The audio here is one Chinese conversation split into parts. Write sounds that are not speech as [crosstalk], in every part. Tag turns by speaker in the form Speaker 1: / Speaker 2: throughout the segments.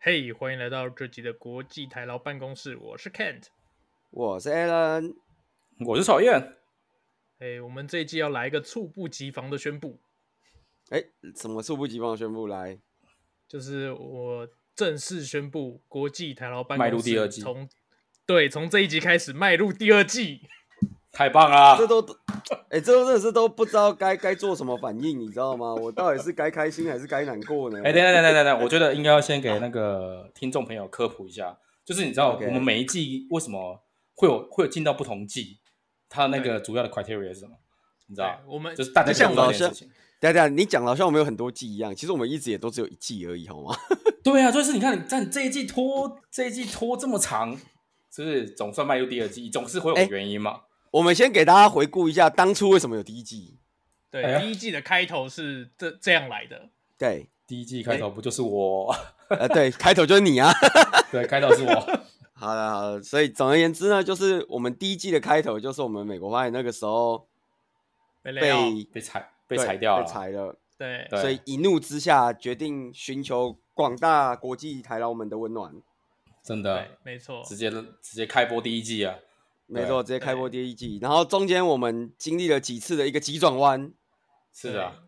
Speaker 1: 嘿欢迎来到这集的国际台劳办公室，我是 Kent。
Speaker 2: 我是 Alan，
Speaker 3: 我是讨厌，
Speaker 1: 哎，我们这一季要来一个猝不及防的宣布，
Speaker 2: 哎，什么猝不及防宣布来？
Speaker 1: 就是我正式宣布国际台劳办
Speaker 3: 迈
Speaker 1: 公
Speaker 3: 入
Speaker 1: 室
Speaker 3: 第二季
Speaker 1: 从对从这一集开始迈入第二季。
Speaker 3: 太棒啦
Speaker 2: 这！都，哎，这都真的是都不知道该该做什么反应，你知道吗？我到底是该开心还是该难过呢？
Speaker 3: 哎、等等等等等等，我觉得应该要先给那个听众朋友科普一下，就是你知道
Speaker 2: OK
Speaker 3: 我们每一季为什么会有会有进到不同季，它那个主要的 criteria 是什么？你知道
Speaker 1: 对，？我们
Speaker 3: 就是大家
Speaker 1: 就像
Speaker 3: 想不到
Speaker 1: 我
Speaker 3: 这件事情。
Speaker 2: 等下等下你讲的好像我们有很多季一样，其实我们一直也都只有一季而已，好吗？
Speaker 3: 对啊，就是你看，你但这一季拖这一季拖这么长，就是总算迈入第二季，总是会
Speaker 2: 哎
Speaker 3: 有原因嘛。
Speaker 2: 我们先给大家回顾一下当初为什么有第一季。
Speaker 1: 对、
Speaker 3: 哎呀
Speaker 1: 第一季的开头是这这样来的，
Speaker 2: 对，
Speaker 3: 第一季开头不就是我？
Speaker 2: [laughs]
Speaker 3: [laughs]
Speaker 2: 呃，对，开头就是你啊。 [laughs]
Speaker 3: 对，开头是我。
Speaker 2: 好了好了，所以总而言之呢，就是我们第一季的开头就是我们美国发言那个时候
Speaker 1: 被雷
Speaker 2: 被
Speaker 1: 奥
Speaker 3: 被裁被
Speaker 2: 对
Speaker 3: 裁掉了，
Speaker 2: 被裁了，
Speaker 1: 对
Speaker 3: 对
Speaker 2: 所以一怒之下决定寻求广大国际台劳们的温暖。
Speaker 3: 真
Speaker 1: 对
Speaker 3: 的，
Speaker 1: 没错，
Speaker 3: 直接直接开播第一季啊！
Speaker 2: 没
Speaker 3: 对
Speaker 2: 错，直接开播
Speaker 1: 对
Speaker 2: 第一季，然后中间我们经历了几次的一个急转弯，
Speaker 3: 是啊，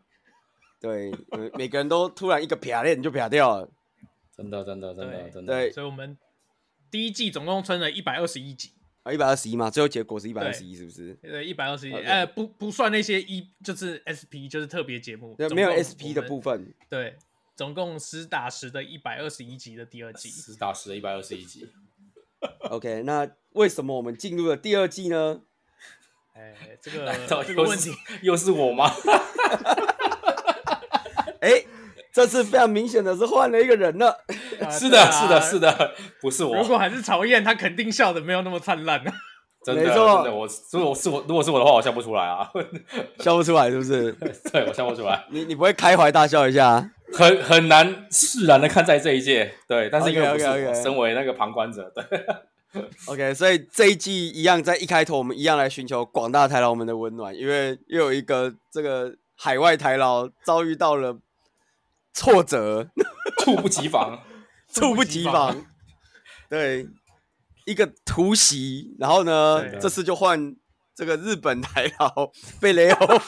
Speaker 2: 对，呃每个人都突然一个啪链就啪掉了，
Speaker 3: 真的真的真的
Speaker 1: 对
Speaker 3: 真的。
Speaker 2: 对，
Speaker 1: 所以我们第一季总共穿了一百二十一集。
Speaker 2: 啊一百二十一嘛，最后结果是一百二十一，是不是？
Speaker 1: 呃，一百二
Speaker 3: 啊
Speaker 1: 十一，
Speaker 2: OK
Speaker 1: 呃，不不算那些一，就是 SP，就是特别节目，
Speaker 2: 对，
Speaker 1: 总
Speaker 2: 没有
Speaker 1: 共
Speaker 2: SP
Speaker 1: 我
Speaker 2: 的
Speaker 1: 们
Speaker 2: 部分，
Speaker 1: 对，总共实打实的一百二十一集的第二季。
Speaker 3: 实打实的一百二十一集，
Speaker 2: OK，那为什么我们进入了第二季呢？
Speaker 1: 哎，这个
Speaker 3: 到
Speaker 1: 这
Speaker 3: 底
Speaker 1: 个
Speaker 3: 又
Speaker 1: 问
Speaker 3: 是
Speaker 1: 题，
Speaker 3: 又是我吗？
Speaker 2: 哎，这次非常明显的是换了一个人了，
Speaker 1: 啊
Speaker 3: [laughs] 是
Speaker 1: 对
Speaker 3: 的，
Speaker 1: 啊
Speaker 3: 是的，是的，不是
Speaker 1: 如果
Speaker 3: 我，
Speaker 1: 还是曹燕，他肯定笑的没有那么灿烂啊。
Speaker 3: 真的，
Speaker 2: 没
Speaker 3: 真
Speaker 2: 错
Speaker 3: 的，我如果是我，如果是我的话，我笑不出来啊， [laughs]
Speaker 2: 笑不出来是不是？
Speaker 3: 对我笑不出来，
Speaker 2: 你你不会开怀大笑一下啊？
Speaker 3: 很很难释然的看待这一届，对，但是因为不是
Speaker 2: OK，OK，OK
Speaker 3: 我，身为那个旁观者，对，
Speaker 2: OK，所以这一季一样，在一开头我们一样来寻求广大台劳们的温暖，因为又有一个这个海外台劳遭遇到了挫折， [laughs]
Speaker 3: 猝不及防，
Speaker 2: 猝不及防。对，一个突袭，然后呢
Speaker 1: 对，啊
Speaker 3: 的
Speaker 2: 这次就换这个日本台劳被雷欧。
Speaker 1: 啊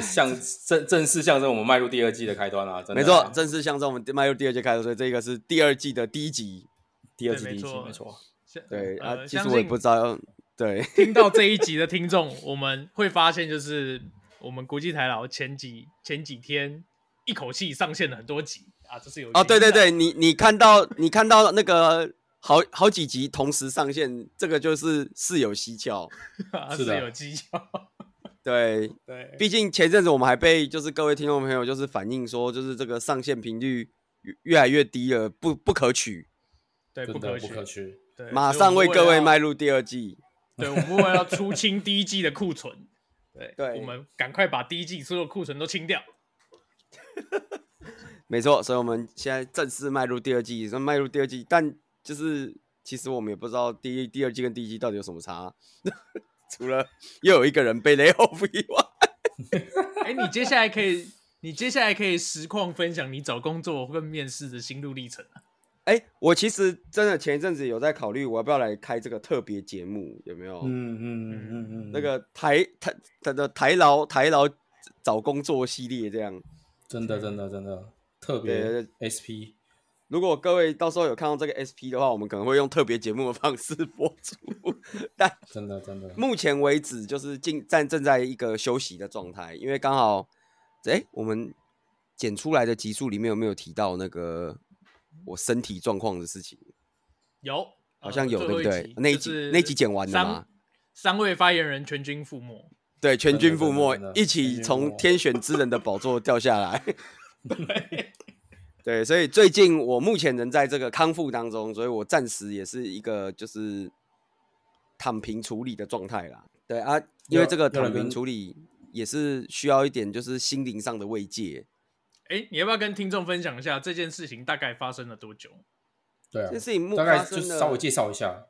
Speaker 2: [laughs]
Speaker 3: 象正正式象征我们迈入第二季的开端啊，真
Speaker 2: [laughs]
Speaker 3: 的，
Speaker 2: 没错，正式向上，我们迈入第二季开头，所以这个是第二季的第一集。
Speaker 3: 第二季
Speaker 1: 对
Speaker 3: 第一
Speaker 1: 没
Speaker 3: 季，
Speaker 1: 错
Speaker 3: 没错，
Speaker 1: 像
Speaker 2: [laughs] 对啊，
Speaker 1: 呃，
Speaker 2: 其实
Speaker 1: 相
Speaker 2: 我也
Speaker 1: 信
Speaker 2: 不知道，对，
Speaker 1: 听到这一集的听众，我们会发现，就是我们国际台老前几前几天一口气上线了很多集啊，这是有
Speaker 2: 哦，对
Speaker 1: 原
Speaker 2: 对
Speaker 1: 因的，
Speaker 2: 对，你你看到你看到那个好好几集同时上线，这个就是事有蹊跷。
Speaker 1: 啊
Speaker 3: 是
Speaker 1: 是
Speaker 3: 的
Speaker 1: 有技巧，
Speaker 2: [laughs] 对，
Speaker 1: 对，
Speaker 2: 毕竟前阵子我们还被就是各位听众朋友就是反映说，就是这个上线频率越越来越低了，不不可取。
Speaker 1: 对
Speaker 3: 真
Speaker 1: 不可
Speaker 3: 的不
Speaker 1: 取，
Speaker 3: 可取，
Speaker 1: 对，
Speaker 2: 马
Speaker 1: 所以
Speaker 2: 上
Speaker 1: 我们
Speaker 2: 为各位
Speaker 1: 了
Speaker 2: 迈入第二季。
Speaker 1: 对，我们为了要出清第一季的库存，对，
Speaker 2: [laughs] 对
Speaker 1: 我们赶快把第一季所有库存都清掉。
Speaker 2: 没错，所以我们现在正式迈入第二季，那迈入第二季，但就是其实我们也不知道第一、第二季跟第一季到底有什么差， [laughs] 除了又有一个人被雷欧夫以外。
Speaker 1: 哎，你接下来可以，你接下来可以实况分享你找工作跟面试的心路历程啊。
Speaker 2: 哎、我其实真的前一阵子有在考虑，我要不要来开这个特别节目，有没有？
Speaker 3: 嗯嗯嗯嗯嗯，
Speaker 2: 那个台台他的台劳台劳找工作系列这样。
Speaker 3: 真的真的真的特
Speaker 2: 对
Speaker 3: 别
Speaker 2: 对
Speaker 3: SP，
Speaker 2: 如果各位到时候有看到这个 SP 的话，我们可能会用特别节目的方式 [laughs] 播出。但
Speaker 3: 真的真的
Speaker 2: 目前为止，就是进站正在一个休息的状态，因为刚好，哎、我们剪出来的集数里面有没有提到那个我身体状况的事情？
Speaker 1: 有，
Speaker 2: 好像有
Speaker 1: 呃最后
Speaker 2: 对不对
Speaker 1: 一集
Speaker 2: 那一集
Speaker 1: 就是
Speaker 2: 那一集剪完了
Speaker 1: 三
Speaker 2: 吗
Speaker 1: 三位发言人全军覆没，
Speaker 2: 对，全军
Speaker 3: 真的
Speaker 2: 覆没
Speaker 3: 真的，
Speaker 2: 一
Speaker 3: 全
Speaker 2: 起
Speaker 3: 军覆
Speaker 2: 从
Speaker 3: 没
Speaker 2: 天选之人的宝座掉下
Speaker 3: [laughs]
Speaker 2: 来。对，所以最近我目前人在这个康复当中，所以我暂时也是一个就是躺平处理的状态啦。对啊，因为
Speaker 3: 要
Speaker 2: 这个
Speaker 3: 要来
Speaker 2: 躺平
Speaker 3: 跟
Speaker 2: 处理也是需要一点就是心灵上的慰藉。
Speaker 1: 哎，你要不要跟听众分享一下这件事情大概发生了多久？
Speaker 3: 对啊
Speaker 2: 这件，事情目
Speaker 3: 大
Speaker 2: 发
Speaker 3: 概就
Speaker 2: 生
Speaker 3: 稍微
Speaker 2: 了，
Speaker 3: 介绍一下，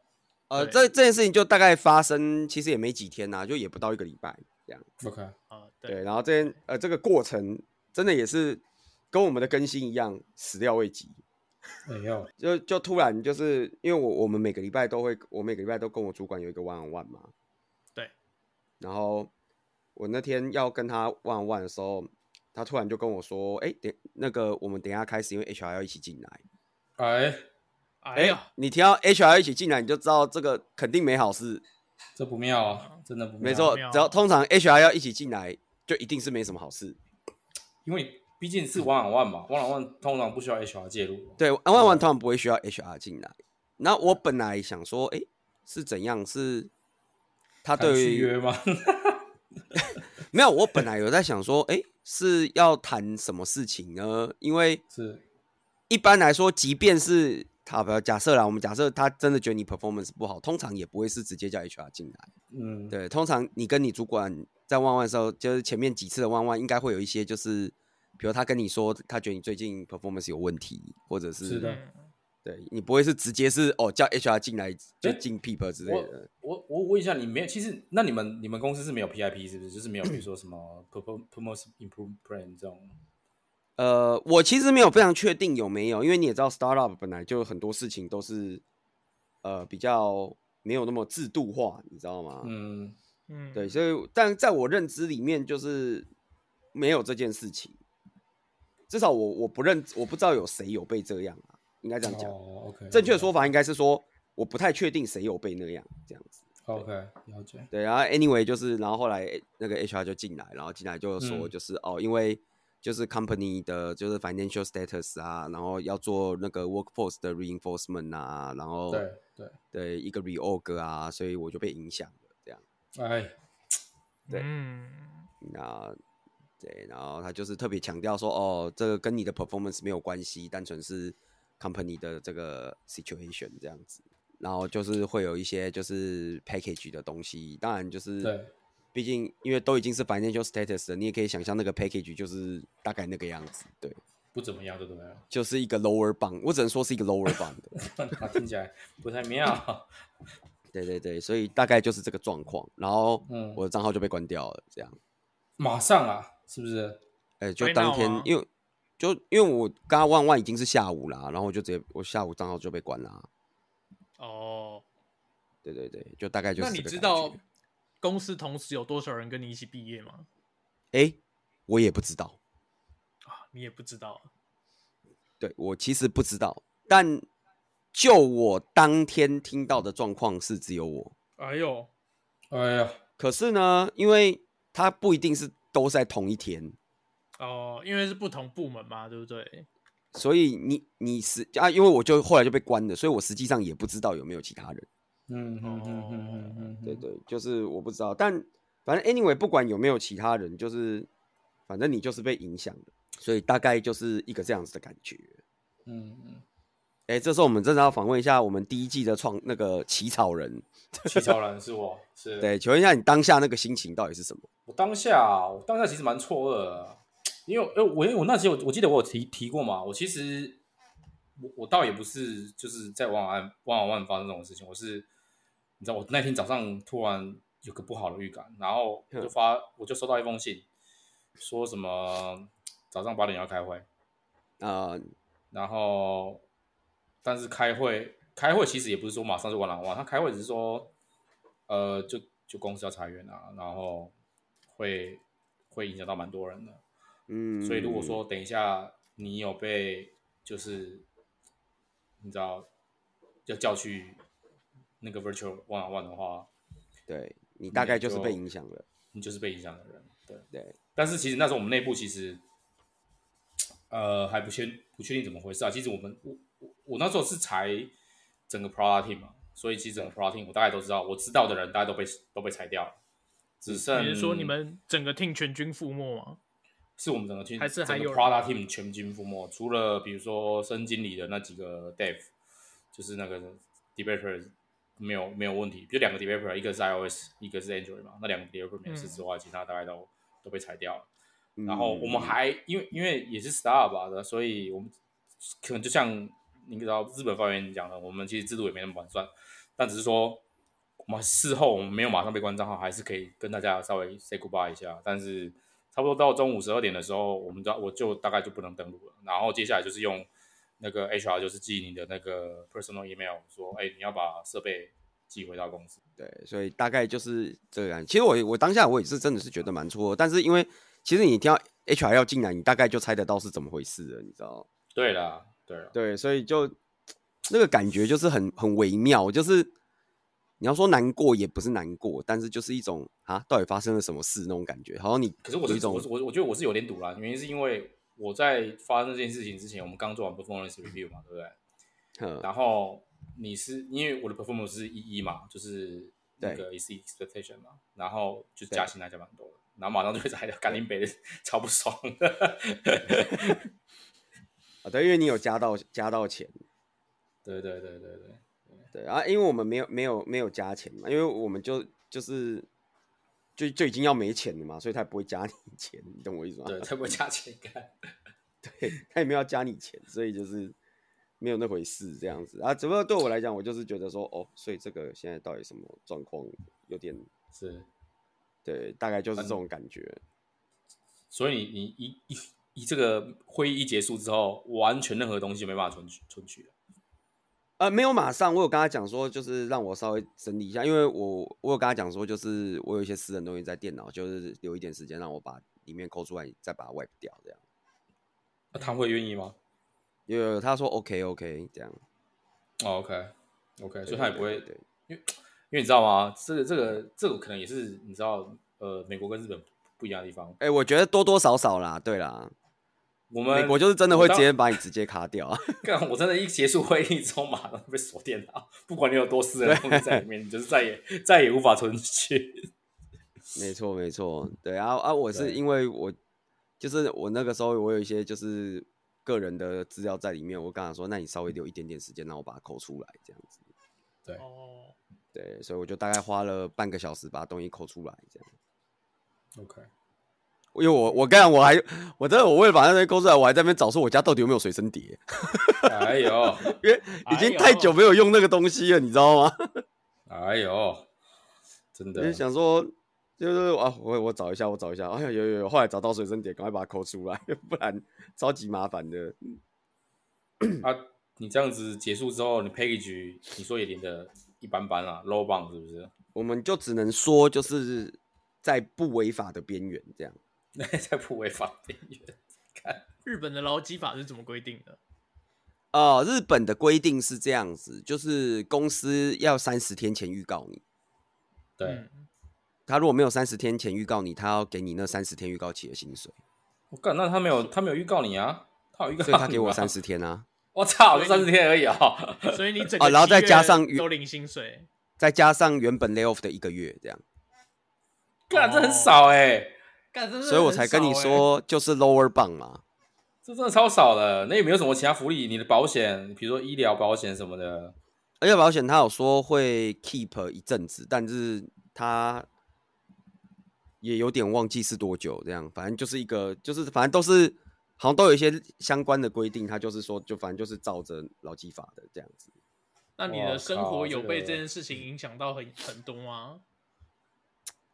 Speaker 2: 呃，
Speaker 1: 对
Speaker 2: 这这件事情就大概发生，其实也没几天呐、就也不到一个礼拜这样。
Speaker 3: OK，
Speaker 1: 啊，
Speaker 2: 对，，然后这件呃这个过程真的也是跟我们的更新一样，始料未及。
Speaker 4: 哎呦，
Speaker 2: 就就突然就是因为我我们每个礼拜都会，我每个礼拜都跟我主管有一个 one on one 嘛。
Speaker 1: 对。
Speaker 2: 然后我那天要跟他 one on one 的时候，他突然就跟我说：“哎、等那个我们等一下开始，因为 HR 要一起进来。
Speaker 4: 哎，
Speaker 1: 哎呀，
Speaker 2: 你听到 HR 一起进来，你就知道这个肯定没好事。
Speaker 4: 这不妙啊，真的不妙。
Speaker 2: 嗯没错
Speaker 1: 没有，
Speaker 2: 只要通常 HR 要一起进来，就一定是没什么好事。
Speaker 3: 因为毕竟是 one on one 嘛，one on one 通常不需要 HR 介入。
Speaker 2: 对，安万万
Speaker 1: 嗯
Speaker 2: 通常不会需要 HR 进来。那我本来想说，哎、是怎样？是他
Speaker 4: 谈
Speaker 2: 啊对
Speaker 4: 续
Speaker 2: 于
Speaker 4: 约
Speaker 3: [laughs]
Speaker 4: 吗？
Speaker 2: 没有，我本来有在想说，哎、是要谈什么事情呢？因为
Speaker 4: 是
Speaker 2: 一般来说，即便是他，不要假设啦，我们假设他真的觉得你 performance 不好，通常也不会是直接叫 HR 进来。
Speaker 4: 嗯，
Speaker 2: 对，通常你跟你主管在万万的时候，就是前面几次的万万，应该会有一些就是，比如他跟你说，他觉得你最近 performance 有问题，或者是
Speaker 4: 是的
Speaker 1: 嗯
Speaker 2: 对你不会是直接是哦叫 HR 进来就
Speaker 3: 诶
Speaker 2: 进 E peep 之类
Speaker 3: 我
Speaker 2: 的，
Speaker 3: 我我问一下，你没有？其实那你们你们公司是没有 PIP 是不是？就是没有比如说什么 [coughs] perform- performance improve plan 这种。
Speaker 2: 呃，我其实没有非常确定有没有，因为你也知道 startup 本来就很多事情都是呃比较没有那么制度化，你知道吗？
Speaker 3: 嗯，
Speaker 1: 嗯，
Speaker 2: 对，所以但在我认知里面就是没有这件事情，至少我我不认我不知道有谁有被这样啊，应该这样讲。
Speaker 4: 哦，OK，
Speaker 2: 正确的说法应该是说我不太确定谁有被那样这样子。
Speaker 4: ，OK，了解。
Speaker 2: 对，然后 anyway 就是，然后后来诶那个 HR 就进来，然后进来就说
Speaker 4: 嗯
Speaker 2: 就是、哦，因为就是 company 的就是 financial status 啊，然后要做那个 workforce 的 reinforcement 啊，然后
Speaker 4: 对对，
Speaker 2: 对一个 reorg 啊，所以我就被影响了这样。
Speaker 4: 哎，
Speaker 2: 对
Speaker 1: 嗯，
Speaker 2: 那对，然后他就是特别强调说哦，这个跟你的 performance 没有关系，单纯是 company 的这个 situation 这样子。然后就是会有一些就是 package 的东西，当然就是
Speaker 4: 对
Speaker 2: 毕竟因为都已经是 financial status 了，你也可以想象那个 package 就是大概那个样子，对，
Speaker 3: 不怎么样，对不对？ [laughs]
Speaker 2: 就是一个 lower bound，我只能说是一个 lower bound 的
Speaker 3: 那听起来不太妙。啊
Speaker 2: 对对对，所以大概就是这个状况，然后
Speaker 4: 嗯
Speaker 2: 我的账号就被关掉了，这样，
Speaker 4: 马上啊，是不是？
Speaker 2: 哎、就
Speaker 1: 被
Speaker 2: 当
Speaker 1: 闹
Speaker 2: 天
Speaker 1: 吗
Speaker 2: 因为就因为我刚刚万万已经是下午啦，然后我就直接我下午账号就被关啦，
Speaker 1: 哦，
Speaker 2: 对对对，就大概就是
Speaker 1: 那
Speaker 2: 这
Speaker 1: 你
Speaker 2: 个
Speaker 1: 知
Speaker 2: 感觉
Speaker 1: 道公司同时有多少人跟你一起毕业吗？
Speaker 2: 哎、我也不知道，
Speaker 1: 啊，你也不知道啊，
Speaker 2: 对我其实不知道，但就我当天听到的状况是只有我。
Speaker 1: 哎呦，
Speaker 4: 哎呀，
Speaker 2: 可是呢，因为它不一定是都在同一天，
Speaker 1: 哦，因为是不同部门嘛，对不对？
Speaker 2: 所以你你实啊，因为我就后来就被关了，所以我实际上也不知道有没有其他人。
Speaker 4: 嗯嗯嗯嗯嗯嗯，
Speaker 2: 对对，就是我不知道，但反正 anyway，不管有没有其他人，就是反正你就是被影响的，所以大概就是一个这样子的感觉。
Speaker 4: 嗯嗯，
Speaker 2: 哎，这时候我们真的要访问一下我们第一季的创那个起草人，
Speaker 3: 起草人是我，是
Speaker 2: [laughs] 对，请问一下你当下那个心情到底是什么？
Speaker 3: 我当下，我当下其实蛮错愕的，因为因为我因为我那时候我记得我有提提过嘛，我其实我我倒也不是就是在万万万万发生这种事情，我是你知道我那天早上突然有个不好的预感，然后我就发
Speaker 2: 嗯
Speaker 3: 我就收到一封信，说什么早上八点要开会，
Speaker 2: 啊、
Speaker 3: 然后但是开会开会其实也不是说马上就完了完，他开会只是说，呃，就就公司要裁员啊，然后会会影响到蛮多人的，
Speaker 2: 嗯，
Speaker 3: 所以如果说等一下你有被就是你知道要叫去那个 virtual one on one 的话，
Speaker 2: 对你大概就是被
Speaker 3: 就
Speaker 2: 影响了，
Speaker 3: 你就是被影响的人，对。
Speaker 2: 对，
Speaker 3: 但是其实那时候我们内部其实，呃，还不确不确定怎么回事啊。其实我们我我我那时候是裁整个 product team 嘛，所以其实整个 product team 我大概都知道，我知道的人大家都被都被裁掉了，只剩
Speaker 1: 你是说你们整个 team 全军覆没吗？
Speaker 3: 是我们整个 team
Speaker 1: 还是还有
Speaker 3: 整个 product team 全军覆没，除了比如说升经理的那几个 dev，就是那个 developer 没有没有问题，就两个 developer，一个是 iOS，一个是 Android 嘛，那两个 developer 没有事之外，
Speaker 1: 嗯
Speaker 3: 其他大概都都被裁掉了。然后我们
Speaker 2: 嗯
Speaker 3: 还因为因为也是 star 吧的，所以我们可能就像你知道日本发言人讲的，我们其实制度也没那么完善，但只是说我们事后我们没有马上被关账号，还是可以跟大家稍微 say goodbye 一下。但是差不多到中午十二点的时候，我们大我就大概就不能登录了。然后接下来就是用那个 HR 就是寄你的那个 personal email 说，哎、你要把设备寄回到公司。
Speaker 2: 对，所以大概就是这样。其实我我当下我也是真的是觉得蛮错愕，但是因为其实你听到 HR 要进来，你大概就猜得到是怎么回事了，你知道？
Speaker 3: 对啦，对啦，
Speaker 2: 对，所以就那个感觉就是很很微妙，就是你要说难过也不是难过，但是就是一种啊，到底发生了什么事那种感觉，好像你
Speaker 3: 可是我
Speaker 2: 有一
Speaker 3: 是
Speaker 2: 种
Speaker 3: 我是我我觉得我是有点堵啦，原因是因为我在发生这件事情之前，我们刚做完 performance review 嘛，对不对？
Speaker 2: 呃
Speaker 3: 然后你是因为我的 performance 是一一嘛，就是那
Speaker 2: 对
Speaker 3: 个 EC expectation 嘛，然后就加薪来讲蛮多的，然后马上就会来到甘霖北的超不爽的。 [laughs]
Speaker 2: 啊，对，因为你有加到加到钱，
Speaker 3: 对对对对对，
Speaker 2: 对啊，因为我们没有没有没有加钱嘛，因为我们就就是就就已经要没钱了嘛，所以他也不会加你钱，你懂我意思吗？
Speaker 3: 对，他不会加钱干。
Speaker 2: 他也没有要加你钱，所以就是没有那回事这样子啊。只不过对我来讲，我就是觉得说，哦，所以这个现在到底什么状况，有点
Speaker 3: 是，
Speaker 2: 对，大概就是这种感觉。
Speaker 3: 所以你你一一一这个会议一结束之后，完全任何东西没办法存取存取了。
Speaker 2: 呃，没有马上，我有跟他讲说，就是让我稍微整理一下，因为我我有跟他讲说，就是我有一些私人东西在电脑，就是留一点时间让我把里面抠出来，再把它 wipe 掉这样。
Speaker 3: 那他会愿意吗、
Speaker 2: 因为他说 OK OK 这样，
Speaker 3: 哦、？OK OK，
Speaker 2: 对
Speaker 3: 所以他也
Speaker 2: 对
Speaker 3: 不会
Speaker 2: 对对
Speaker 3: 因为你知道吗？这个这个这个可能也是你知道，呃，美国跟日本不一样的地方。
Speaker 2: 哎、我觉得多多少少啦，对啦，
Speaker 3: 我们
Speaker 2: 美国就是真的会直
Speaker 3: 当
Speaker 2: 接把你直接卡掉啊。
Speaker 3: 干，我真的，一结束会议之后，马上被锁电脑，不管你有多私人的东西在里面，你就是再也再也无法存取。
Speaker 2: 没错，没错，对啊啊！我是
Speaker 3: 对
Speaker 2: 因为我就是我那个时候我有一些就是个人的资料在里面，我刚才说，那你稍微留一点点时间让我把它抠出来，这样子。
Speaker 1: 哦，
Speaker 2: 对，所以我就大概花了半个小时把东西抠出来，这样。
Speaker 3: OK，
Speaker 2: 因为我我刚才我还我真的我为了把那东西抠出来，我还在那边找说我家到底有没有随身碟，
Speaker 3: [laughs] 哎呦，
Speaker 2: 因为已经太久没有用那个东西了，你知道吗？ [laughs]
Speaker 3: 哎呦，真
Speaker 2: 我就
Speaker 3: 的，
Speaker 2: 想说，就是啊，我我找一下，我找一下，哎呀，有有有，后来找到随身碟，赶快把它抠出来， [laughs] 不然超级麻烦的。
Speaker 3: 啊，你这样子结束之后，你 package 你说也连的一般般啦，low 棒是不是？ [laughs]
Speaker 2: 我们就只能说就是在不违法的边缘这样。
Speaker 3: 那在不违法边缘。
Speaker 1: 日本的劳基法是怎么规定的？
Speaker 2: 哦，日本的规定是这样子，就是公司要三十天前预告你，
Speaker 3: 对，
Speaker 1: 嗯，
Speaker 2: 他如果没有三十天前预告你，他要给你那三十天预告期的薪水，
Speaker 3: 我干，那他没有他没有预告你啊，他有预告
Speaker 2: 所以他
Speaker 1: [laughs]
Speaker 2: 给我
Speaker 3: 你吗
Speaker 2: 三，十天啊，
Speaker 3: 我操，就
Speaker 1: 所
Speaker 3: 三
Speaker 1: 以
Speaker 3: 十
Speaker 1: 你
Speaker 3: 天而已啊、
Speaker 1: 所以你整个
Speaker 2: 哦然后再
Speaker 1: 七月
Speaker 2: 加上
Speaker 1: 都领薪水，
Speaker 2: 再加上原本 lay off 的一个月这样，
Speaker 3: 干这
Speaker 1: 哦
Speaker 3: 很少哎、
Speaker 1: 干，真的
Speaker 2: 所以我才
Speaker 1: 很
Speaker 2: 跟你
Speaker 1: 少欸，
Speaker 2: 说就是 lower bound 嘛。
Speaker 3: 这真的超少的。那有没有什么其他福利？你的保险，比如说医疗保险什么的，
Speaker 2: 而且保险他有说会 keep 一阵子，但是他也有点忘记是多久，这样反正就是一个，就是反正都是好像都有一些相关的规定，他就是说就反正就是照着劳基法的这样子。
Speaker 1: 那你的生
Speaker 3: 哇靠
Speaker 1: 活有被
Speaker 3: 这个
Speaker 1: 这件事情影响到很很多吗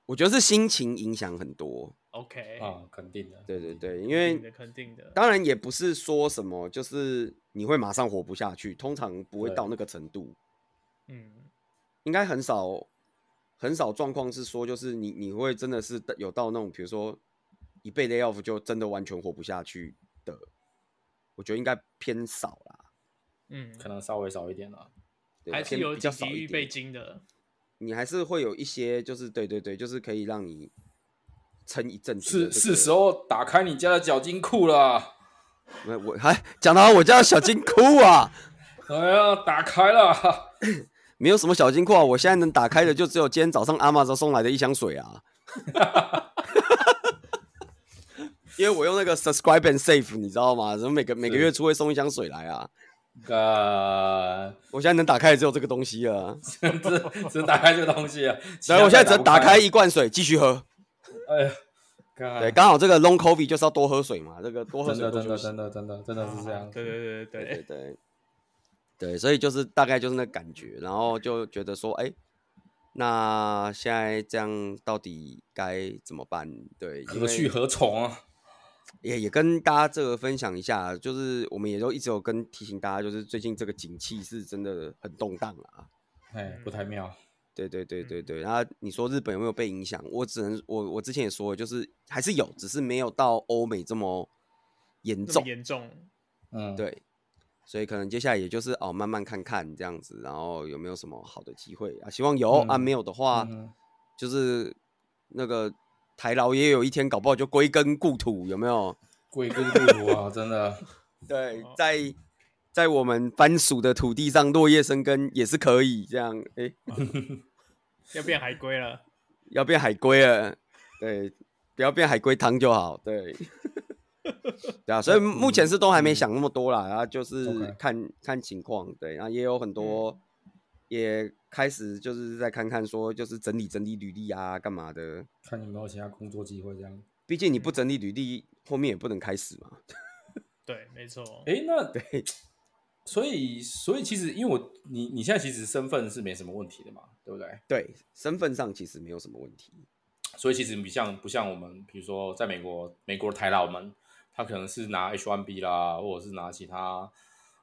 Speaker 2: 我觉得是心情影响很多，
Speaker 1: ？OK，
Speaker 3: 啊、肯定的。
Speaker 2: 哎对对对，因
Speaker 1: 肯定的
Speaker 2: 为
Speaker 1: 肯定的，
Speaker 2: 当然也不是说什么就是你会马上活不下去，通常不会
Speaker 3: 对
Speaker 2: 到那个程度，
Speaker 1: 嗯，
Speaker 2: 应该很少很少状况是说，就是你你会真的是有到那种，比如说一被 lay off 就真的完全活不下去的，我觉得应该偏少啦，
Speaker 1: 嗯
Speaker 3: 可，能稍微少一点啊了。
Speaker 2: 对
Speaker 1: 还是
Speaker 2: 偏
Speaker 1: 有紧
Speaker 2: 比较少
Speaker 1: 急
Speaker 2: 一
Speaker 1: 预备
Speaker 2: 点，
Speaker 1: 金的，
Speaker 2: 你还是会有一些就是对对对，就是可以让你撑一阵子的这
Speaker 3: 是
Speaker 2: 个。
Speaker 3: 是时候打开你家的脚筋裤了，
Speaker 2: 我我 [laughs] 还讲到我家的小金库啊，
Speaker 3: 哎呀，打开了，
Speaker 2: 没有什么小金库啊，我现在能打开的就只有今天早上阿玛送来的一箱水
Speaker 3: [laughs]
Speaker 2: 啊。因为我用那个 subscribe and save，你知道吗？什么每个每个月初会送一箱水来啊？
Speaker 3: [laughs] 干，
Speaker 2: 我现在能打开的只有这个东西了。
Speaker 3: 只只打开这个东西啊。其他
Speaker 2: 来，我现在只
Speaker 3: 再
Speaker 2: 能打开
Speaker 3: 不
Speaker 2: 一罐水继续喝。
Speaker 3: 开，哎呀，
Speaker 2: 对，
Speaker 3: 干，
Speaker 2: 刚好这个 long covid 就是要多喝水嘛，这个多喝
Speaker 3: 真
Speaker 2: 水
Speaker 3: 的
Speaker 2: 多
Speaker 3: 真
Speaker 2: 休
Speaker 3: 的
Speaker 2: 息。
Speaker 3: 真的真的真的是这
Speaker 2: 啊
Speaker 3: 样。
Speaker 1: 啊对对对对
Speaker 2: 对
Speaker 1: 对，
Speaker 2: 对对，所以就是大概就是那感觉，然后就觉得说，哎、那现在这样到底该怎么办？对，因
Speaker 3: 何
Speaker 2: 为
Speaker 3: 去何从啊？
Speaker 2: 也也跟大家这个分享一下，就是我们也都一直有跟提醒大家，就是最近这个景气是真的很动荡了啊。
Speaker 3: 哎，不太妙。
Speaker 2: 对对对对
Speaker 1: 嗯
Speaker 2: 对，然后你说日本有没有被影响？我只能我我之前也说了，就是还是有，只是没有到欧美这么严
Speaker 1: 那么
Speaker 2: 重。
Speaker 1: 严重，
Speaker 3: 嗯，，
Speaker 2: 对，所以可能接下来也就是哦，慢慢看看这样子，然后有没有什么好的机会啊？希望有、啊，
Speaker 3: 嗯
Speaker 2: 没有的话，
Speaker 3: 嗯
Speaker 2: 就是那个台劳也有一天搞不好就归根故土，有没有？
Speaker 3: 贵根不如啊，真的。
Speaker 2: 对
Speaker 1: 哦，
Speaker 2: 在在我们番薯的土地上落叶生根也是可以这样，哎、
Speaker 1: 要变海龟了。
Speaker 2: 要变海龟了，对，不要变海龟汤就好，对，对啊，所以目前是都还没想那么多啦，然后就是
Speaker 3: OK
Speaker 2: 看看情况，对，然后也有很多也开始就是在看看说就是整理整理履历啊，干嘛的，
Speaker 3: 看有没有其他工作机会这样。
Speaker 2: 毕竟你不整理履历，后面也不能开始嘛，
Speaker 1: 对，没错。
Speaker 3: 哎，那
Speaker 2: 对，
Speaker 3: [laughs] 所以所以其实因为我你你现在其实身份是没什么问题的嘛，对不对？
Speaker 2: 对，身份上其实没有什么问题，
Speaker 3: 所以其实不像不像我们，比如说在美国美国的台老们，他可能是拿 H1B 啦，或者是拿其他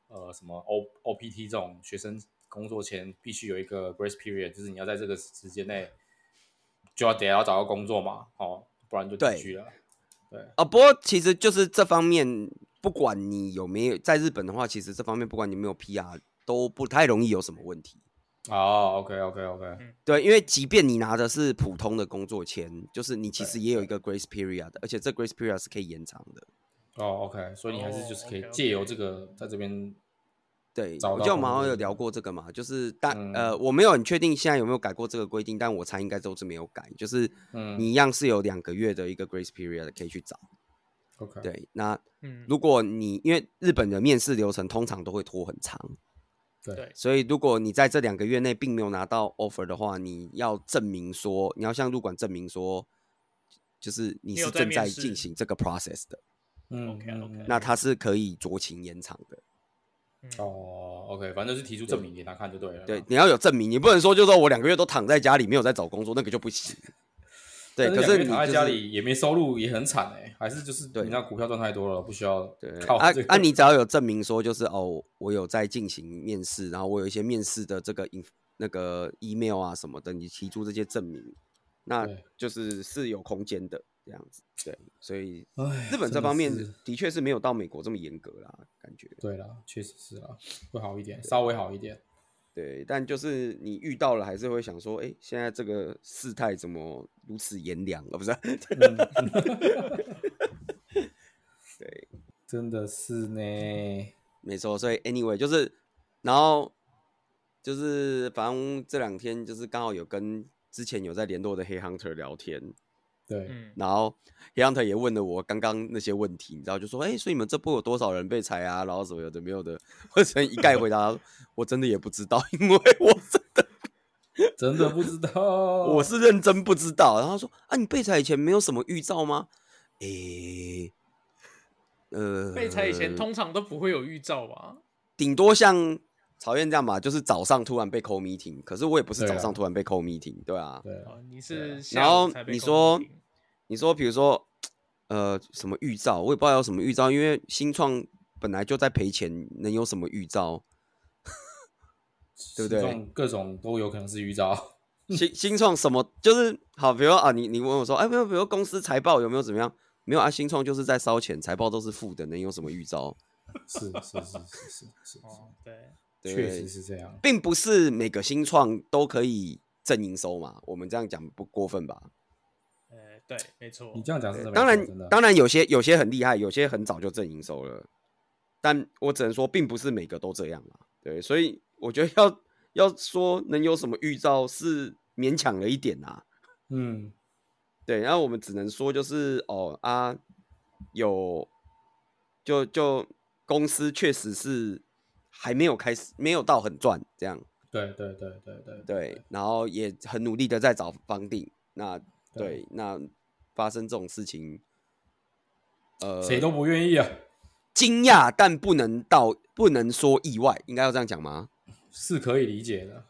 Speaker 3: 呃什么 O OPT 这种学生工作前必须有一个 grace period，就是你要在这个时间内就要得要找到工作嘛，哦，不然就
Speaker 2: 对
Speaker 3: 进去了。
Speaker 2: 啊，不过其实就是这方面，不管你有没有在日本的话，其实这方面不管你有没有 PR，都不太容易有什么问题。
Speaker 3: 哦，OK OK OK，
Speaker 2: 对，因为即便你拿的是普通的工作签，就是你其实也有一个 grace period，的而且这 grace period 是可以延长的。
Speaker 3: 哦 OK，所以你还是就是可以
Speaker 1: 哦，OK，OK
Speaker 3: 借由这个在这边
Speaker 2: 对，
Speaker 3: 找
Speaker 2: 我
Speaker 3: 到
Speaker 2: 记得我
Speaker 3: 工
Speaker 2: 们好像
Speaker 3: 作
Speaker 2: 有聊过这个嘛，就是但、
Speaker 3: 嗯
Speaker 2: 呃，我没有很确定现在有没有改过这个规定，但我猜应该都是没有改，就是
Speaker 3: 嗯
Speaker 2: 你一样是有两个月的一个 grace period 可以去找。
Speaker 3: OK，
Speaker 2: 对，那
Speaker 1: 嗯，
Speaker 2: 如果你因为日本的面试流程通常都会拖很长，
Speaker 1: 对
Speaker 2: 所以如果你在这两个月内并没有拿到 offer 的话，你要证明说，你要向入管证明说，就是你
Speaker 1: 你
Speaker 2: 是
Speaker 1: 有在
Speaker 2: 正
Speaker 1: 面
Speaker 2: 在
Speaker 1: 试
Speaker 2: 进行这个 process 的，
Speaker 3: 嗯
Speaker 1: OK，OK
Speaker 3: 嗯
Speaker 2: 那它是可以酌情延长的。
Speaker 1: 嗯
Speaker 3: 哦 OK，反正就是提出证明给他看就对啊了啦。
Speaker 2: 对，你要有证明，你不能说就说我两个月都躺在家里没有在找工作，那个就不行。对，可
Speaker 3: 但
Speaker 2: 是
Speaker 3: 是
Speaker 2: 你
Speaker 3: 你躺在
Speaker 2: 就
Speaker 3: 家
Speaker 2: 是
Speaker 3: 里也没收入，也很惨哎、还是就是
Speaker 2: 对
Speaker 3: 你那股票赚太多了，不需要
Speaker 2: 对，
Speaker 3: 靠
Speaker 2: 啊
Speaker 3: 这个。
Speaker 2: 啊，你只要有证明说，就是哦，我有在进行面试，然后我有一些面试的这个 inf- 那个 email 啊什么的，你提出这些证明，那
Speaker 3: 对
Speaker 2: 就是是有空间的这样子。对，所以
Speaker 3: 唉
Speaker 2: 日本
Speaker 3: 真
Speaker 2: 这
Speaker 3: 的
Speaker 2: 方面
Speaker 3: 是
Speaker 2: 的确是没有到美国这么严格啦，感觉
Speaker 3: 对啦，确实是啦，会好一点，稍微好一 [laughs] 点。
Speaker 2: 对，但就是你遇到了，还是会想说，哎，现在这个事态怎么如此炎凉啊？不是，
Speaker 3: 嗯
Speaker 2: 对，嗯
Speaker 3: 真的是呢，
Speaker 2: 没错，所以 anyway 就是，然后就是反正这两天就是刚好有跟之前有在联络的黑 hunter 聊天，
Speaker 3: 对，
Speaker 1: 嗯，
Speaker 2: 然后黑 hunter 也问了我刚刚那些问题，你知道就说，哎、所以你们这波有多少人被裁啊？然后什么有的没有的，我只能一概回答，我真的也不知道，因为我真
Speaker 1: [laughs]
Speaker 2: 的
Speaker 3: 真的不知道。
Speaker 2: [laughs]
Speaker 1: 哦
Speaker 2: 我是认真不知道。然后他说，啊，你被裁以前没有什么预兆吗？诶、呃，
Speaker 1: 被裁以前通常都不会有预兆吧？
Speaker 2: 顶多像曹燕这样吧，就是早上突然被扣 meeting，可是我也不是
Speaker 3: 对啊
Speaker 2: 早上突然被扣 meeting，对啊。
Speaker 3: 对
Speaker 1: 哦，你是
Speaker 2: 然
Speaker 1: 下
Speaker 2: 后
Speaker 1: 午才被
Speaker 2: 你
Speaker 1: 扣
Speaker 2: 说
Speaker 1: 停
Speaker 2: 你说比如说，呃，什么预兆，我也不知道有什么预兆，因为新创本来就在赔钱，能有什么预
Speaker 3: [laughs]
Speaker 2: 兆？对不对？
Speaker 3: 各种都有可能是预兆。
Speaker 2: 新新创什么就是好，比如说啊，你你问我说，哎，没有，比如公司财报有没有怎么样？没有啊，新创就是在烧钱，财报都是负的，能有什么预兆？
Speaker 3: 是是是是是是
Speaker 1: 哦，对，
Speaker 2: 对
Speaker 3: 是，确实是这样。
Speaker 2: 并不是每个新创都可以正营收嘛，我们这样讲不过分吧？
Speaker 1: 呃，对，没错。
Speaker 3: 你这样讲是真的没
Speaker 2: 当
Speaker 3: 错真
Speaker 2: 然，
Speaker 3: 的
Speaker 2: 当然有些有些很厉害，有些很早就正营收了，但我只能说，并不是每个都这样啦。对，所以我觉得要要说能有什么预兆是勉强了一点啊。
Speaker 3: 嗯，
Speaker 2: 对，然后我们只能说就是哦啊，有就就公司确实是还没有开始，没有到很赚这样。
Speaker 3: 对对对对对
Speaker 2: 对，然后也很努力的在找房定。那
Speaker 3: 对
Speaker 2: 对，那发生这种事情，呃，
Speaker 3: 谁都不愿意啊，
Speaker 2: 惊讶，但不能到不能说意外，应该要这样讲吗？
Speaker 3: 是可以理解的。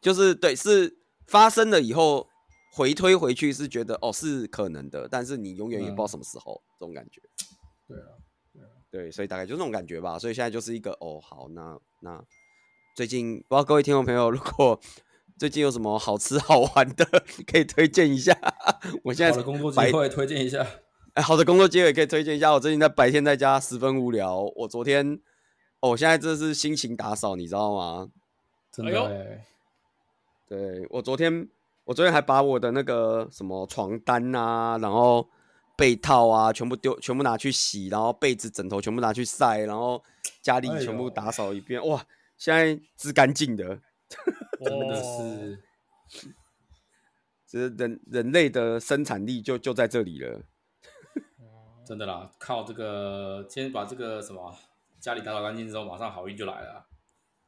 Speaker 2: 就是对，是发生了以后回推回去是觉得哦是可能的，但是你永远也不知道
Speaker 3: 嗯
Speaker 2: 什么时候、这种感觉。
Speaker 3: 对啊，
Speaker 2: 对，所以大概就是那种感觉吧。所以现在就是一个哦，好，那那最近不知道各位听众朋友，如果最近有什么好吃好玩的，可以推荐一下。 [laughs] 我现在
Speaker 3: 好的工作机
Speaker 2: 白
Speaker 3: 会推荐
Speaker 2: [laughs]
Speaker 3: 一下，
Speaker 2: 哎，好的工作机会可以推荐一下。我最近在白天在家十分无聊，我昨天哦，我现在这是心情打扫，你知道吗？
Speaker 3: 真
Speaker 1: 哎呦
Speaker 3: 的、欸，
Speaker 2: 对我昨天，我昨天还把我的那个什么床单啊，然后被套啊，全部丢，全部拿去洗，然后被子、枕头全部拿去晒，然后家里
Speaker 3: 哎
Speaker 2: 全部
Speaker 3: 呦
Speaker 2: 打扫一遍。哇，现在是干净的，
Speaker 3: 真的
Speaker 1: 哦
Speaker 3: 是
Speaker 2: 这是人人类的生产力就就在这里了。哦
Speaker 3: 真的啦，靠这个先把这个什么家里打扫干净之后，马上好运就来了。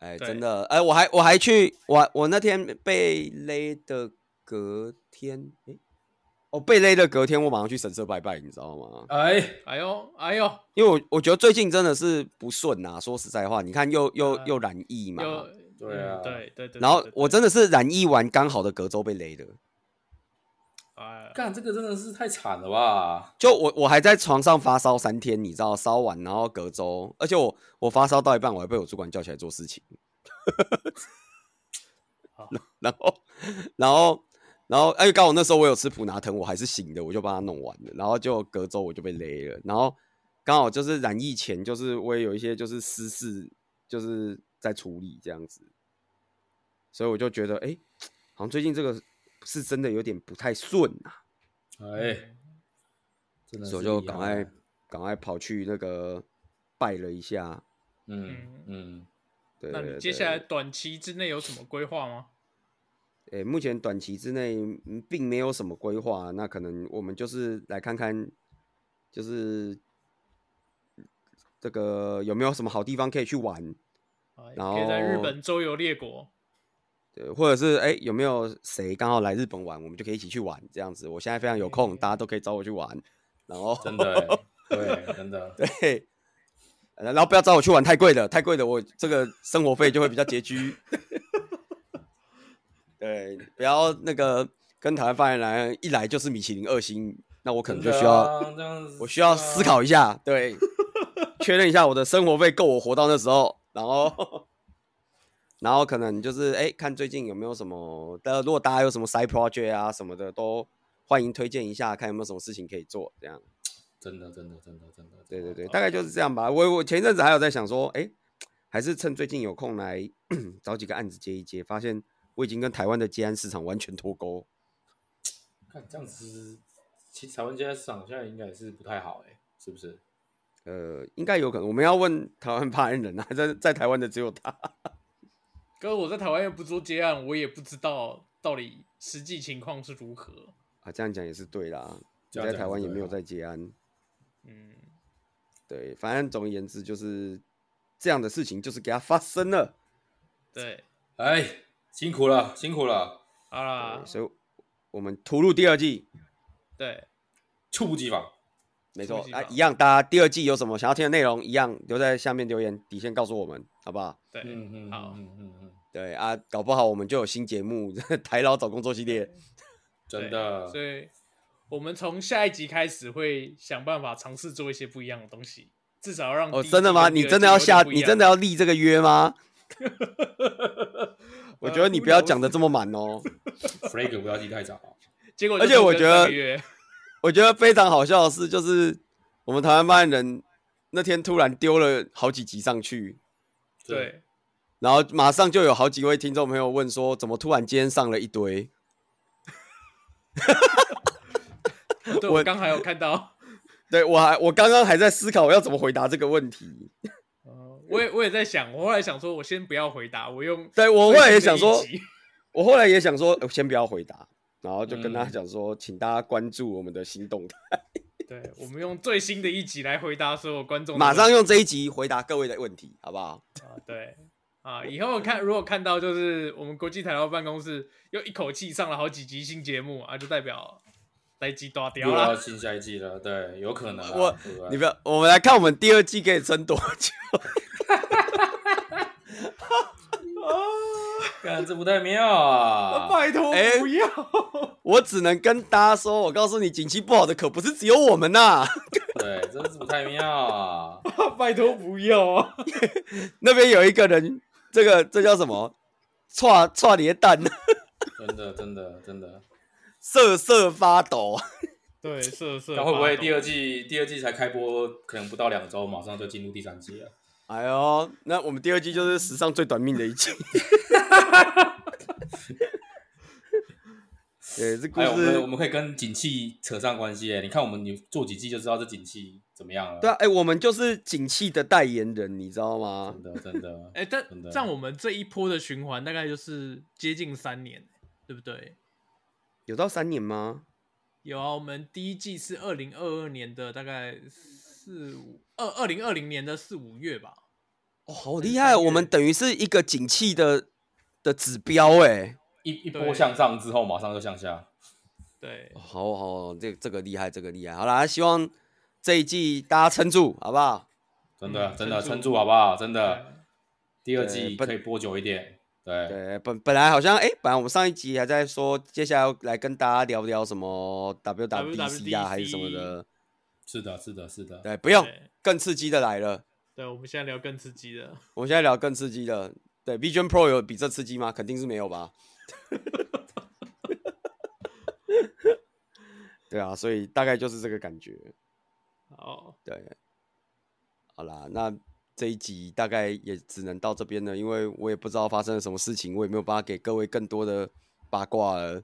Speaker 2: 哎，
Speaker 1: 对
Speaker 2: 真的，哎，我还我还去，我我那天被勒的隔天，哎，哦，被勒的隔天，我马上去神社拜拜，你知道吗？
Speaker 3: 哎，
Speaker 1: 哎呦哎呦，
Speaker 2: 因为我我觉得最近真的是不顺啊，说实在话，你看又又
Speaker 1: 呃
Speaker 2: 又染疫嘛，
Speaker 1: 又
Speaker 3: 对
Speaker 1: 嗯
Speaker 3: 啊
Speaker 1: 对对对，
Speaker 2: 然后
Speaker 1: 对
Speaker 2: 我真的是染疫完刚好的隔周被勒的，
Speaker 1: 哎
Speaker 3: 干这个真的是太惨了吧？
Speaker 2: 就我我还在床上发烧三天，你知道，烧完然后隔周，而且我我发烧到一半，我还被我主管叫起来做事情，
Speaker 1: 好
Speaker 2: [laughs] 然后然后然后哎，刚好那时候我有吃普拿疼，我还是醒的，我就帮他弄完了，然后就隔周我就被勒了，然后刚好就是染疫前，就是我也有一些就是私事，就是在处理这样子，所以我就觉得哎，好像最近这个是真的有点不太顺啊。
Speaker 3: 哎，真的是
Speaker 2: 所以我就
Speaker 3: 厉害啊
Speaker 2: 赶快赶快跑去那个拜了一下。
Speaker 3: 嗯嗯，
Speaker 2: 对，
Speaker 1: 那
Speaker 2: 对
Speaker 1: 你接下来
Speaker 2: 对
Speaker 1: 短期之内有什么规划吗？
Speaker 2: 诶、目前短期之内嗯并没有什么规划，那可能我们就是来看看，就是这个有没有什么好地方可以去玩，
Speaker 1: 啊
Speaker 2: 然
Speaker 1: 可以在日
Speaker 2: 后
Speaker 1: 本周游列国，
Speaker 2: 对，或者是诶、有没有谁刚好来日本玩，我们就可以一起去玩这样子。我现在非常有
Speaker 1: 嗯
Speaker 2: 空，大家都可以找我去玩，然后
Speaker 3: 真的、
Speaker 2: [laughs]
Speaker 3: 欸，对，真的，
Speaker 2: 对，呃然后不要找我去玩太贵的，太贵的我这个生活费就会比较拮
Speaker 3: [laughs]
Speaker 2: 据。对，不要那个跟台湾发言人一来就是米其林二星，那我可能就需要、
Speaker 3: 真的啊这啊样子
Speaker 2: 我需要思考一下，对，确认一下我的生活费够我活到那时候，然
Speaker 3: [laughs]
Speaker 2: 后然后可能就是哎、看最近有没有什么，呃，如果大家有什么 side project 啊什么的，都欢迎推荐一下，看有没有什么事情可以做，这样。
Speaker 3: 真的，真的，真的，真的，
Speaker 2: 对对对，
Speaker 3: 真的
Speaker 2: 大概就是这样吧。我我前一阵子还有在想说，哎，还是趁最近有空来 [clears throat] 找几个案子接一接，发现我已经跟台湾的接案市场完全脱钩。
Speaker 3: 看这样子，其实台湾现在市场现在应该也是不太好哎、是不是？
Speaker 2: 呃，应该有可能，我们要问台湾发言人啊，在在台湾的只有他。
Speaker 1: 可是我在台湾又不做接案，我也不知道到底实际情况是如何。
Speaker 2: 啊，这样讲也是对啦。
Speaker 3: 这
Speaker 2: 你在
Speaker 3: 样讲
Speaker 2: 台
Speaker 3: 是
Speaker 2: 湾也
Speaker 3: 对啊
Speaker 2: 没有
Speaker 3: 啦
Speaker 2: 在接案，
Speaker 1: 嗯，
Speaker 2: 对，反正总而言之就是这样的事情，就是给它发生了。
Speaker 1: 对，
Speaker 3: 哎，辛苦了，辛苦了，
Speaker 1: 好啦
Speaker 3: 啊
Speaker 2: 对，所以我们屠戮第二季，
Speaker 1: 对，
Speaker 3: 猝不及防。
Speaker 2: 没
Speaker 1: 突
Speaker 2: 错
Speaker 1: 击
Speaker 2: 啊，
Speaker 1: 吧
Speaker 2: 一样，大家第二季有什么想要听的内容，一样留在下面留言底线告诉我们，好不好？
Speaker 1: 对，
Speaker 3: 嗯嗯，
Speaker 1: 好
Speaker 3: 嗯嗯嗯，
Speaker 2: 对啊，搞不好我们就有新节目 [laughs] 《台老找工作》系列。
Speaker 3: 真
Speaker 1: 对
Speaker 2: 啊
Speaker 3: 的
Speaker 1: 所，以我们从下一集开始会想办法尝试做一些不一样的东西，至少要让
Speaker 2: 哦，
Speaker 1: 第一
Speaker 2: 真的
Speaker 1: 季
Speaker 2: 吗？
Speaker 1: 跟
Speaker 2: 你
Speaker 1: 第二
Speaker 2: 真
Speaker 1: 季
Speaker 2: 的要
Speaker 1: 有点
Speaker 2: 下，
Speaker 1: 不一
Speaker 2: 你
Speaker 1: 样
Speaker 2: 真的要立这个约吗？ [laughs] 我觉得
Speaker 1: 呃
Speaker 2: 你
Speaker 1: ，who
Speaker 2: 不要
Speaker 1: knows？
Speaker 2: 讲的这么满哦。
Speaker 3: flag 不要记
Speaker 1: [laughs]
Speaker 3: 太早。
Speaker 1: 结果
Speaker 2: 而
Speaker 1: 就
Speaker 2: 且
Speaker 1: 是
Speaker 2: 我
Speaker 1: 跟
Speaker 2: 觉
Speaker 1: 上
Speaker 2: 得
Speaker 1: 个月
Speaker 2: 我觉得非常好笑的是，就是我们台湾发言人那天突然丢了好几集上去， [laughs]
Speaker 1: 对，
Speaker 2: 然后马上就有好几位听众朋友问说，怎么突然间上了一堆？
Speaker 1: 对
Speaker 2: 我
Speaker 1: 我刚还有看到，
Speaker 2: 对我还我刚刚还在思考我要怎么回答这个问题。
Speaker 1: 呃我也我也在想，我后来想说，我先不要回答，我用
Speaker 2: 对我
Speaker 1: 最
Speaker 2: 后来
Speaker 1: 新
Speaker 2: 也
Speaker 1: 的
Speaker 2: 想
Speaker 1: 一
Speaker 2: 说，
Speaker 1: 集 [laughs]
Speaker 2: 我后来也想说，呃先不要回答，然后就跟他
Speaker 3: 嗯
Speaker 2: 讲说，请大家关注我们的新动态，
Speaker 1: 对，我们用最新的一集来回答所有观
Speaker 3: 嗯
Speaker 1: 众的
Speaker 2: 马
Speaker 1: 问
Speaker 2: 上
Speaker 1: 题
Speaker 2: 用这一集回答各位的问题，好不好？
Speaker 1: 啊，对啊，以后看如果看到就是我们国际台劳办公室又一口气上了好几集新节目啊，就代表来集大
Speaker 3: 又
Speaker 1: 掉
Speaker 3: 要
Speaker 2: 啊
Speaker 1: 了。
Speaker 3: 新下一季了，对，有可能啊。
Speaker 2: 我
Speaker 3: 对不
Speaker 2: 你
Speaker 3: 对
Speaker 2: 不要，我们来看我们第二季可以撑多久。
Speaker 3: 看这不太妙
Speaker 2: [laughs]
Speaker 3: 啊！
Speaker 1: 拜托
Speaker 2: 哎
Speaker 1: 不要，
Speaker 2: [laughs] 我只能跟大家说，我告诉你，景气不好的可不是只有我们呐、 [laughs]
Speaker 3: 对，真是不太妙啊！
Speaker 1: [laughs] 拜托不要啊！
Speaker 2: 那边有一个人，这个这叫什么？串串叠蛋，
Speaker 3: 真的，真的，真的。
Speaker 2: 瑟瑟发抖。啊
Speaker 1: 对，色色，
Speaker 3: 那会不会第二
Speaker 1: 季？
Speaker 3: 季第二季才开播，可能不到两周，马上就进入第三季了？
Speaker 2: 哎呦，那我们第二季就是史上最短命的一
Speaker 3: [laughs]
Speaker 2: 季。对，这故
Speaker 3: 哎，我们我
Speaker 2: 事，
Speaker 3: 们可以跟景气扯上关系耶。你看我们有做几季就知道这景气怎么样了。
Speaker 2: 对啊，哎、我们就是景气的代言人，你知道吗
Speaker 3: 真？的真的
Speaker 1: [laughs] 哎、但
Speaker 3: 真的
Speaker 1: 这样我们这一波的循环大概就是接近三年，对不对？
Speaker 2: 有到三年吗？
Speaker 1: 有啊，我们第一季是二零二二年的大概四五二二零二零年的四五月吧。
Speaker 2: 哦，好厉害！我们等于是一个景气的的指标、哎、
Speaker 3: 一一波
Speaker 1: 对
Speaker 3: 向上之后，马上就向下。
Speaker 1: 对，
Speaker 2: 哦
Speaker 3: 哦
Speaker 2: 好好，这这个厉害，这个厉害。好啦，希望这一季大家撑住，好不好？
Speaker 3: 真的、
Speaker 1: 嗯
Speaker 3: 真的
Speaker 1: 撑住
Speaker 3: 撑住好不好？真的，
Speaker 1: 对
Speaker 3: 第二
Speaker 2: 对
Speaker 3: 季
Speaker 2: 不
Speaker 3: 可以播久一点。对，
Speaker 2: 对，本本来好像，哎、本来我们上一集还在说，接下来要来跟大家聊聊什么 WWDC 啊，还是什么的。
Speaker 3: 是的，是的，是的。
Speaker 2: 对，不用，
Speaker 1: 对
Speaker 2: 更刺激的来了。
Speaker 1: 对，我们现在聊更刺激的。
Speaker 2: 我们现在聊更刺激的。对，Vision Pro 有比这刺激吗？肯定是没有吧。 [laughs] 对啊，所以大概就是这个感觉。
Speaker 1: 好，
Speaker 2: 对，好啦，那这一集大概也只能到这边了，因为我也不知道发生了什么事情，我也没有办法给各位更多的八卦了。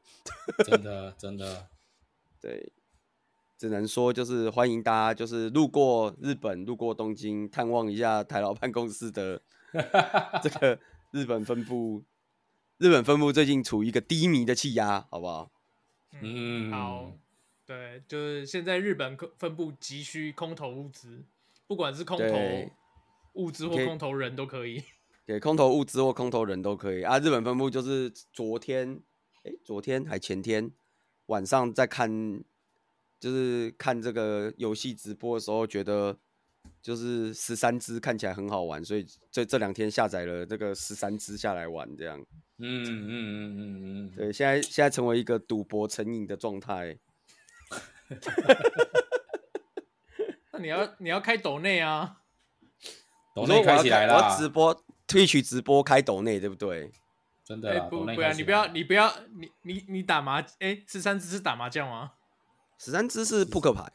Speaker 3: 真的真的，
Speaker 1: [laughs]
Speaker 2: 对，只能说就是欢迎大家就是路过日本、路过东京，探望一下台老办公室的这个日本分部。日本分部最近处于一个低迷的气压，好不好？
Speaker 3: 嗯，
Speaker 1: 好，对，就是现在日本空分部急需空投物资，不管是空
Speaker 2: 对
Speaker 1: 投物资或
Speaker 2: 可以
Speaker 1: 空投人都可以。 [laughs]
Speaker 2: 给空投物资或空投人都可以啊。日本分部就是昨天，哎，昨天还前天晚上在看，就是看这个游戏直播的时候，觉得就是十三只看起来很好玩，所以这这两天下载了这个十三只下来玩，这样
Speaker 3: 嗯嗯嗯嗯嗯嗯，
Speaker 2: 对，现在现在成为一个赌博成瘾的状态。
Speaker 1: 那你
Speaker 3: 呃
Speaker 1: 要你要开抖内啊？
Speaker 3: 抖
Speaker 2: 你
Speaker 3: 内
Speaker 2: 说我
Speaker 3: 开
Speaker 2: 要
Speaker 3: 起来
Speaker 2: 我要
Speaker 3: 啦，
Speaker 2: 直播 Twitch 直播开抖内，对不对？
Speaker 3: 真的
Speaker 1: 哎、
Speaker 3: 啦，
Speaker 1: 不
Speaker 3: 抖内
Speaker 1: 不
Speaker 3: 开
Speaker 1: 要，你
Speaker 3: 起来
Speaker 1: 不要你不要你你你打麻哎，十三只是打麻将吗？
Speaker 2: 十三只是扑克牌，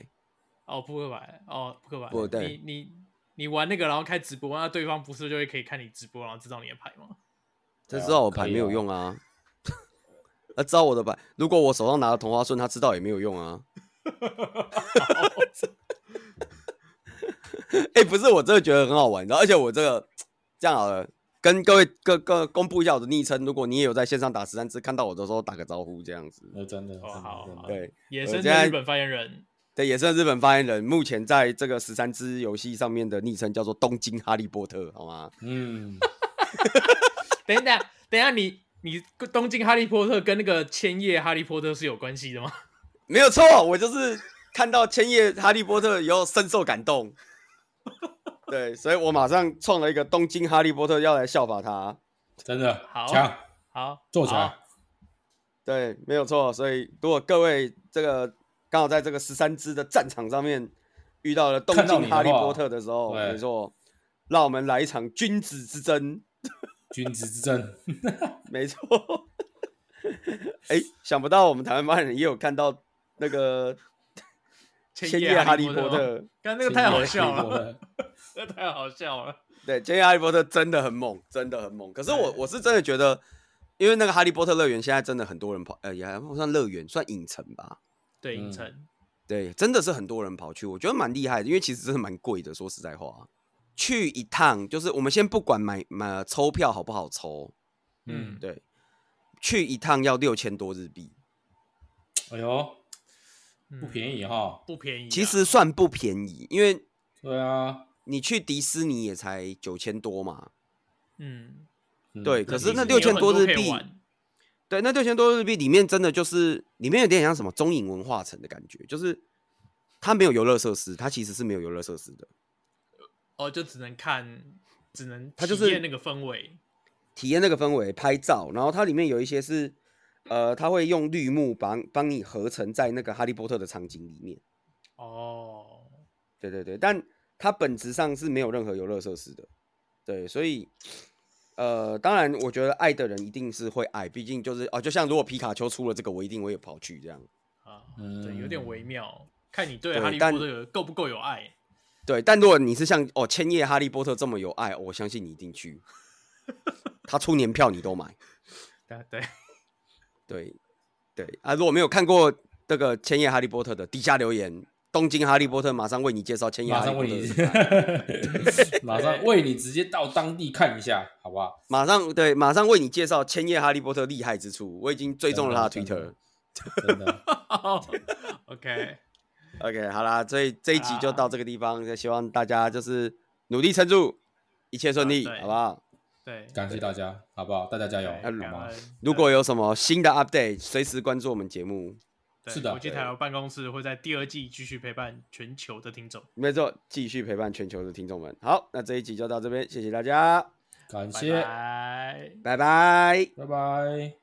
Speaker 1: 哦，扑克牌，哦，扑克牌，
Speaker 2: 不对
Speaker 1: 你你你玩那个，然后开直播，那对方不是就会可以看你直播，然后知道你的牌吗？
Speaker 2: 他
Speaker 3: 对啊
Speaker 2: 知道我
Speaker 3: 可
Speaker 2: 牌
Speaker 3: 以
Speaker 2: 没有
Speaker 3: 啊
Speaker 2: 用啊， [laughs] 他知道我的牌。如果我手上拿了同花顺，他知道也没有用啊。哎、不是，我真的觉得很好玩，你知道？而且我这个这样好了，跟各位各各公布一下我的昵称。如果你也有在线上打十三只，看到我的时候打个招呼，这样子。
Speaker 3: 呃，真的，真
Speaker 1: 哦
Speaker 3: 的
Speaker 1: 好
Speaker 3: 真的
Speaker 1: 好
Speaker 2: 对
Speaker 1: 野
Speaker 2: 我
Speaker 1: 生
Speaker 2: 现在
Speaker 1: 的日本发言人，
Speaker 2: 对，也是日本发言人，目前在这个十三只游戏上面的昵称叫做东京哈利波特，好吗？
Speaker 1: [laughs]
Speaker 3: 嗯，
Speaker 1: 等一下，等一下，你你东京哈利波特跟那个千叶哈利波特是有关系的吗？ [laughs]
Speaker 2: 没有错，我就是看到千叶哈利波特以后深受感动， [laughs] 对，所以我马上创了一个东京哈利波特要来效法他，
Speaker 3: 真的
Speaker 1: 好
Speaker 3: 强，
Speaker 1: 好，
Speaker 3: 做起来
Speaker 1: 好，，
Speaker 2: 对，没有错。所以如果各位这个刚好在这个十三支的战场上面遇到了东
Speaker 3: 看到你
Speaker 2: 京
Speaker 3: 的
Speaker 2: 哈
Speaker 3: 话
Speaker 2: 利波特的时候，
Speaker 3: 对
Speaker 2: 没错，让我们来一场君子之争，
Speaker 3: 君子之争，
Speaker 2: 没错。 [laughs] 哎，想不到我们台湾发言人也有看到那个千叶哈利波
Speaker 1: 吗，
Speaker 2: 特，
Speaker 1: 哦刚刚那个太好笑
Speaker 3: 听
Speaker 1: 了，
Speaker 3: 过了，
Speaker 1: 那个太好笑了。
Speaker 2: 对，今天哈利波特真的很猛，真的很猛。可是我
Speaker 1: 对
Speaker 2: 我是真的觉得，因为那个哈利波特乐园现在真的很多人跑，呃，也还不算乐园，算影城吧。
Speaker 1: 对，
Speaker 3: 嗯
Speaker 1: 影城，
Speaker 2: 对，真的是很多人跑去，我觉得蛮厉害的，因为其实真的蛮贵的。说实在话，去一趟就是我们先不管买买抽票好不好抽，
Speaker 3: 嗯
Speaker 1: 嗯，
Speaker 2: 对，去一趟要六千多日币，
Speaker 3: 哎呦，不
Speaker 1: 不宜，
Speaker 3: 便宜哈，
Speaker 1: 不便宜啊。
Speaker 2: 其实算不便宜，因为
Speaker 3: 对啊，
Speaker 2: 你去迪士尼也才九千多嘛。
Speaker 1: 嗯，
Speaker 3: 嗯
Speaker 2: 对可是那
Speaker 1: 迪士尼有
Speaker 2: 6000
Speaker 1: 很
Speaker 2: 多日
Speaker 1: 可以
Speaker 2: 币
Speaker 1: 玩
Speaker 2: 对，那六千多日币里面真的就是里面有点像什么中影文化城的感觉，就是它没有游乐设施，它其实是没有游乐设施的，
Speaker 1: 哦，就只能看，只能
Speaker 2: 它就
Speaker 1: 体
Speaker 2: 是
Speaker 1: 验那个氛围。
Speaker 2: 体验那个氛围，拍照，然后它里面有一些是，呃，它会用绿幕帮帮你合成在那个哈利波特的场景里面。
Speaker 1: 哦，
Speaker 2: 对对对，但它本质上是没有任何游乐设施的。对，所以，呃，当然，我觉得爱的人一定是会爱，毕竟就是哦，就像如果皮卡丘出了这个，我一定我也跑去这样。
Speaker 1: 啊，
Speaker 4: 嗯
Speaker 1: 对，有点微妙，看你对
Speaker 2: 对
Speaker 1: 哈利波
Speaker 2: 但
Speaker 1: 特有够不够有爱。
Speaker 2: 对，但如果你是像哦千叶哈利波特这么有爱，哦我相信你一定去。他出年票你都买。
Speaker 1: 对对，
Speaker 2: 对，对啊，如果没有看过这个千叶哈利波特的，底下留言，东京哈利波特马上为你介绍千叶
Speaker 3: 马
Speaker 2: 哈利
Speaker 3: 上
Speaker 2: 波
Speaker 3: 为
Speaker 2: 特的
Speaker 3: 你，
Speaker 2: 时代，
Speaker 3: [laughs] 马上为你直接到当地看一下，好不好？
Speaker 2: 马上对，马上为你介绍千叶哈利波特厉害之处。我已经追踪了他的
Speaker 3: 真的真
Speaker 2: Twitter
Speaker 3: 的。真的，
Speaker 1: OK，
Speaker 2: OK，好啦，所以这一
Speaker 3: 啊
Speaker 2: 集就到这个地方，希望大家就是努力撑住，一切顺利，
Speaker 1: 啊对
Speaker 2: 好不好？
Speaker 1: 对，
Speaker 3: 感谢大家，好不好？大家加油，
Speaker 1: 对
Speaker 3: 好
Speaker 1: 感
Speaker 3: 吗？
Speaker 1: 恩
Speaker 2: 如果有什么新的 update，随时关注我们节目。
Speaker 1: 对
Speaker 3: 是的
Speaker 1: 国际台劳办公室会在第二季继续陪伴全球的听众。
Speaker 2: 没错，继续陪伴全球的听众们。好，那这一集就到这边，谢谢大家，
Speaker 3: 感
Speaker 1: 拜
Speaker 3: 谢，
Speaker 1: 拜。
Speaker 2: 拜拜。
Speaker 3: 拜拜。